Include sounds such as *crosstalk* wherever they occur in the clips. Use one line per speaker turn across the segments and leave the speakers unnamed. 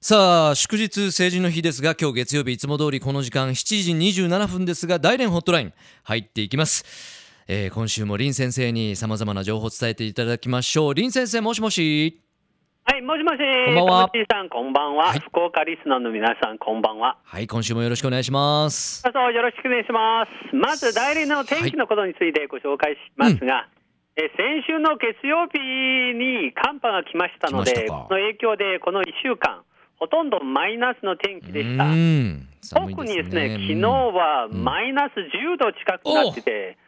さあ祝日成人の日ですが今日月曜日いつも通りこの時間7時27分ですが大連ホットライン入っていきます、えー今週も林先生にさまざまな情報を伝えていただきましょう林先生もしもし
はい、もしもし。
んばんは
トムチーさん、こんばんは、
はい
福岡リスナーの皆さん、こんばんは。
はい今週もよろしくお願いします
どうぞよろしくお願いします。まず、代理の天気のことについてご紹介しますが、え先週の月曜日に寒波が来ましたの
来まし
で、
た
こ
か
の影響で、この1週間、ほとんどマイナスの天気でした。
ん
特
寒い
に
ですね
ですね、昨
う
日
ん
はマイナス10度近くなってて、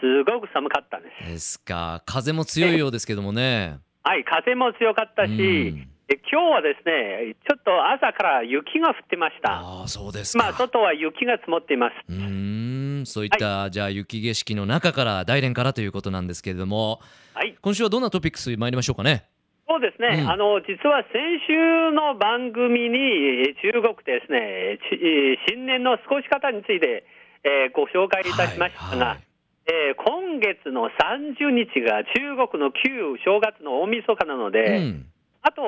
すごく寒かったんです。
ですか風も強いようですけどもね
はい、風も強かった
う
し、
ん
え今日はですね、ちょっと朝から雪が降ってました。
ああそうです
まあ、
か
外は雪が積もっています。
うーんそういった、じゃあ雪景色の中から大連からということなんですけれども
はい、
今週はどんなトピックス参りましょうかね
そうですね、
うん
あの実は先週の番組に、え中国ですね、ちえー新年の過ごし方について、えーご紹介いたしました
は
が、
いはい
えー今月の30日が中国の旧正月の大晦日なので、
うん、
あと3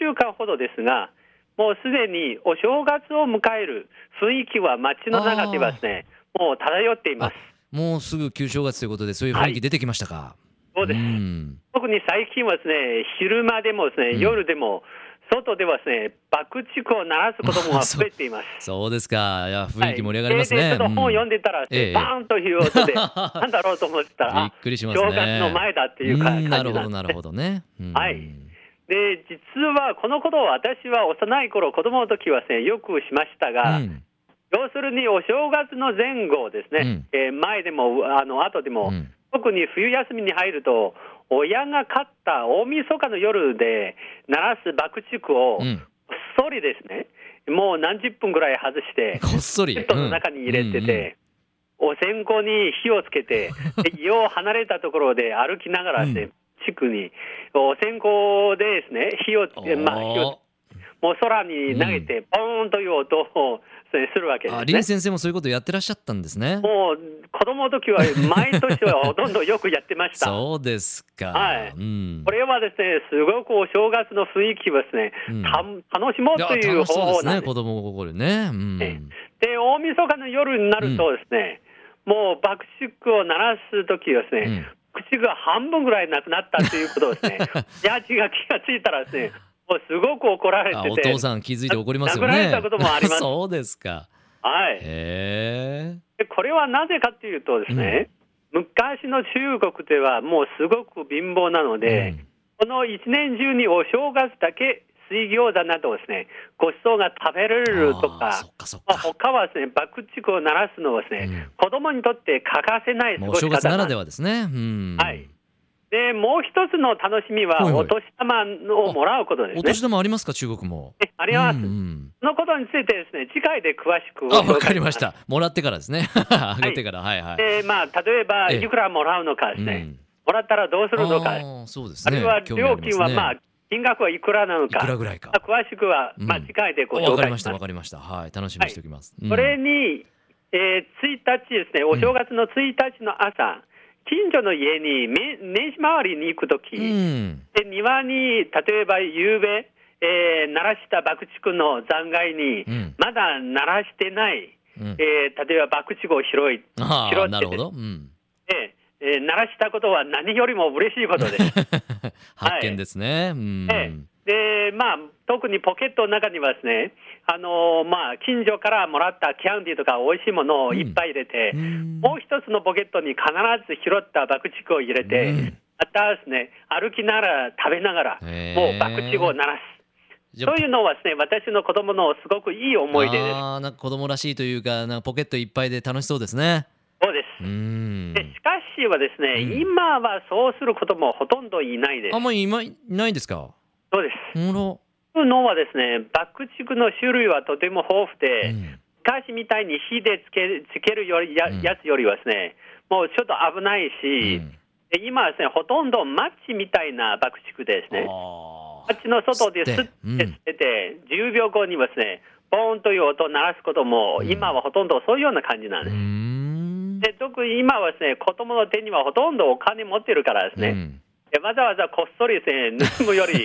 週間ほどですが、もうすでにお正月を迎える雰囲気は街の中ではですね、もう漂っています。
もうすぐ旧正月ということでそういう雰囲気出てきましたか、
そうです、
ん
特に最近はですね、昼間でもですね、
うん
夜でも、外ではですね、爆竹を鳴らす子
*laughs*
供が増えています。
そうですかいや
はい
雰囲気盛り上がりますね、
でちょっと本を読ん
で
でたら、
ええ
バーンという音
*laughs*
で、なんだろうと思ってた
びっ
ら、
くりしますね
正月の前だっていうか感
ん
じ
な
なん
る
で
ほ
す
どなるほどね、うん
はいで、実はこのことを私は幼い頃、子供の時はですね、よくしました
う
が、
ん
要するにお正月の前後ですね、えー前でもあの後でも、
うん
特に冬休みに入ると、親が買った大晦日の夜で鳴らす爆竹を、
うん、
こっそりですね、もう何十分ぐらい外して、
こっそり
ペットの中に入れて
うんうん
て、お線香に火をつ
*laughs*
けて、で家を離れたところで歩きながら
う
で
ん
地区に、お線香でですね、火をつけ、まあ、火をもう空に投げて、ポーンという音をするわけ
あーあ
ですね
林。先生もそういうことやってらっしゃったんですね
もう子供の時は毎年はほとんどよくやってまし
*laughs*
た。
そうですか、
はい
うん
これはですね、すごくお正月の雰囲気をですね、
うん
た楽しもうと
いや
いう
楽しそう
方
で
法
す
なん
ね
です
子。供心ね、うん
えで大晦日の夜になるとですね、もう爆竹を鳴らす時はですね、
うん
口が半分ぐらいなくなったということ
*laughs*
をですね親父が気がついたらですねもうすごく怒られ
あ
て
お
て
父さん気づいて怒りますよね
殴られたこともあります
*laughs* そうですか
はい、
へえ
でこれはなぜかというとですね、昔の中国ではもうすごく貧乏なので、この一年中にお正月だけ水餃子などをですねごちそうが食べられると
あー
か
そっかそっ
まあ、
か、
他はですね、爆竹を鳴らすのはですね、子供にとって欠かせない過
もう
ご
お
し
正月
方
なら
なん
で
です。
はですね、うん
はいで、もう一つの楽しみは、
はいはい
お年玉をもらうことで
お
すね
年。玉ありますか中国も
えあります。
うんうん
そのことについてですね、次回で詳しくご
あ
紹介
わかりまし。たもらってからです
*laughs*
ねあげてからはいはい、
で、まあ、例えば、
ええ
いくらもらうのかです
う
ね、
ん
もらったらどうす
あ
るのか、あ
ーそうですね
るいは
興味あ
料
ります
金は、
ね
まあ、金額はいくらなの
いくら
か、
ぐらいか
まあ詳しくは、まあ、
うん
次回でご
わ
紹
かり
介
まし
したま
わ
す。
かりましたはい楽しみにしておきます、うん
それに、えー1日ですね、お正月の1日の朝、近所の家にめ年始回りに行くとき、
うん
で庭に例えば夕べ、えー鳴らした爆竹の残骸に、
うん
まだ鳴らしてない、
うん
えー例えば爆竹を拾い
あ
拾っ
あ
て
なるほど、うん、 *laughs*
て、えー鳴らしたことは何よりも嬉しいことです。
発見ですね、うん、
ええでまあ、特にポケットの中にはですね、あのーまあ、近所からもらったキャンディーとか美味しいものをいっぱい入れて、
うん
もう一つのポケットに必ず拾った爆竹を入れて、
うん
またですね、歩きながら食べながら、
へー
もう爆竹を鳴らす。
じゃあ
そういうのはですね、私の子供のすごくいい思い出です。
あーなんか子供らしいというか、なんかポケットいっぱいで楽しそうですね。
そうで
う
す。
ーん
で。しかしはですね、
うん
今はそうすることもほとんどいないです
あん。まりいまいないですか。
そうです。
ほ
というのはですね、爆竹の種類はとても豊富
ら。う
で、
ん
昔みたいに火でつけつけるよりや
うん
やつよりはですね、もうちょっと危ないうし、
ん
で今はですね、ほとんどマッチみたいな爆竹でですね、
あ
マッチの外でス
吸
ッ
って
て
うん
捨てて、10秒後にはですね、ボーンという音を鳴らすことも、
うん
今はほとんどそういうような感じ
ー
なんで
う
す
ー。ん。
で特に今はですね子供の手にはほとんどお金持ってるからです
う *laughs*
ね、
ん *laughs*
でわざわざこっそりですね盗むより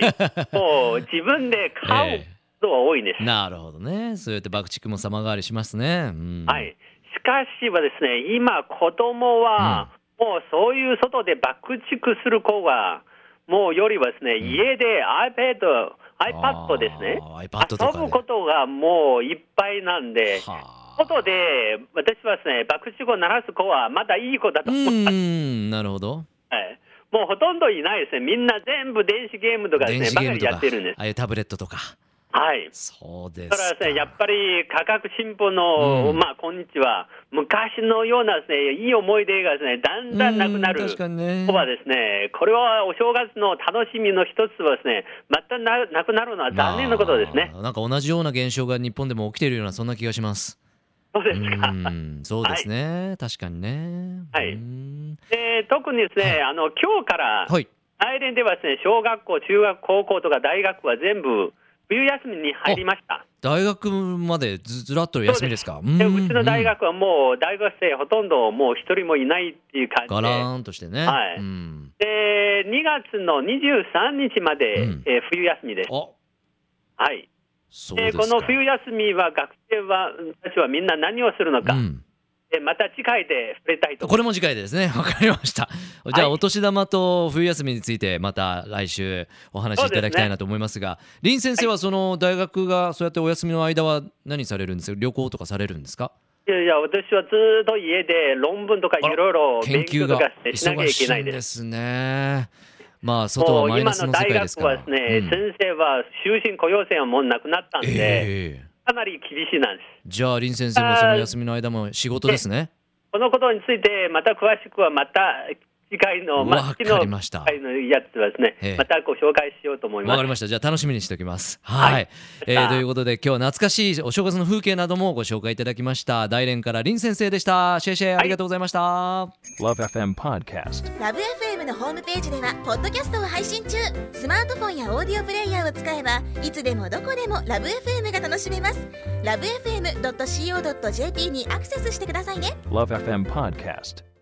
もう自分で買う
え
ことは多いです。
なるほどね。そうやって爆竹も様変わりしますね。うん
はい、しかしはですね、今、子供は、もうそういう外で爆竹する子は、もうよりはですね、家で iPad、iPad ですね、
あー iPad とか
遊
で
ぶことがもういっぱいなんで、
はあ
外で私はですね、爆竹を鳴らす子はまだいい子だと
う
思って、
ん、なるほど。
はいもうほとんどいないですね、みんな全部電子ゲームとかです
電
ね、
子
ば
ゲーム
かり
とか、
やってるんです。
ああいうタブレットとか。
はい
そうですか。
それはですね、やっぱり価格進歩の、
うん
まあ、こんにちは、昔のようなですね、いい思い出がですね、だんだんなくなる。
うん確かにね
こ。はですね、これはお正月の楽しみの一つはですね、またななくなるのは残念なことですね。
まあなんか同じような現象が日本でも起きているようなそんな気がします。
そ
う
うですか。
ん、そうですね。確かにね。
はい
うん
で特にですね、あの今日から、
はい。
来年ではですね、小学校、中学、高校とか大学は全部冬休みに入りました。
大学までずずらっと休みですか。う
で
ん
うちの大学はもう大学生ほとんどもう一人もいないっていう感
ガ
じで。
ラーンとしてね。
はい
うん。
で2月の23日まで、
うん
えー冬休みです。
あ、
はい、
そう
で
ですか。
この冬休みは学生はたちはみんな何をするのか、
うん。
でまた次回で触れたいと
これも次回でですね。 *laughs* わかりました。じゃあ、
はい
お年玉と冬休みについてまた来週お話しいただきたいなと思いますが、林先生はその大学がそうやってお休みの間は何されるんですか旅行とかされるんですか
いやいや、私はずっと家で論文とかい
あら
ろいろ
研
勉
究
強と
が
かしなきゃ
忙
い
し
けないい
ん
で。
ですすね。まあ、外
も
は
う
マイナ
今
ス
の
の世
大
界です
学
か
は
ら。
ですね、
うん
先生は終身雇用制はもうなくなったん
え
で、
え
かなり厳しいなんです。
じゃあ、林先生もその休みの間も仕事ですね。
このことについて、また詳しくはまた次回の、
わ
まあ、
か
次
り
の
ました
次回のやつはです
ええ
ね、またご紹介しようと思い
わ
ま
か
す
り。ました。じゃあ楽しみにしておきます。はい。
はい
えーということで今日は懐かしいお正月の風景などもご紹介いただきました。大連から林先生でした。シェイシェイありがとうございました。
Love FM Podcast.
ラブ f m のホームページではポッドキャストを配信中スマートフォンやオーディオプレイヤーを使えばいつでもどこでもラブ f m が楽しめますラブ FM.co.jp にアクセスしてくださいね
Love FM Podcast.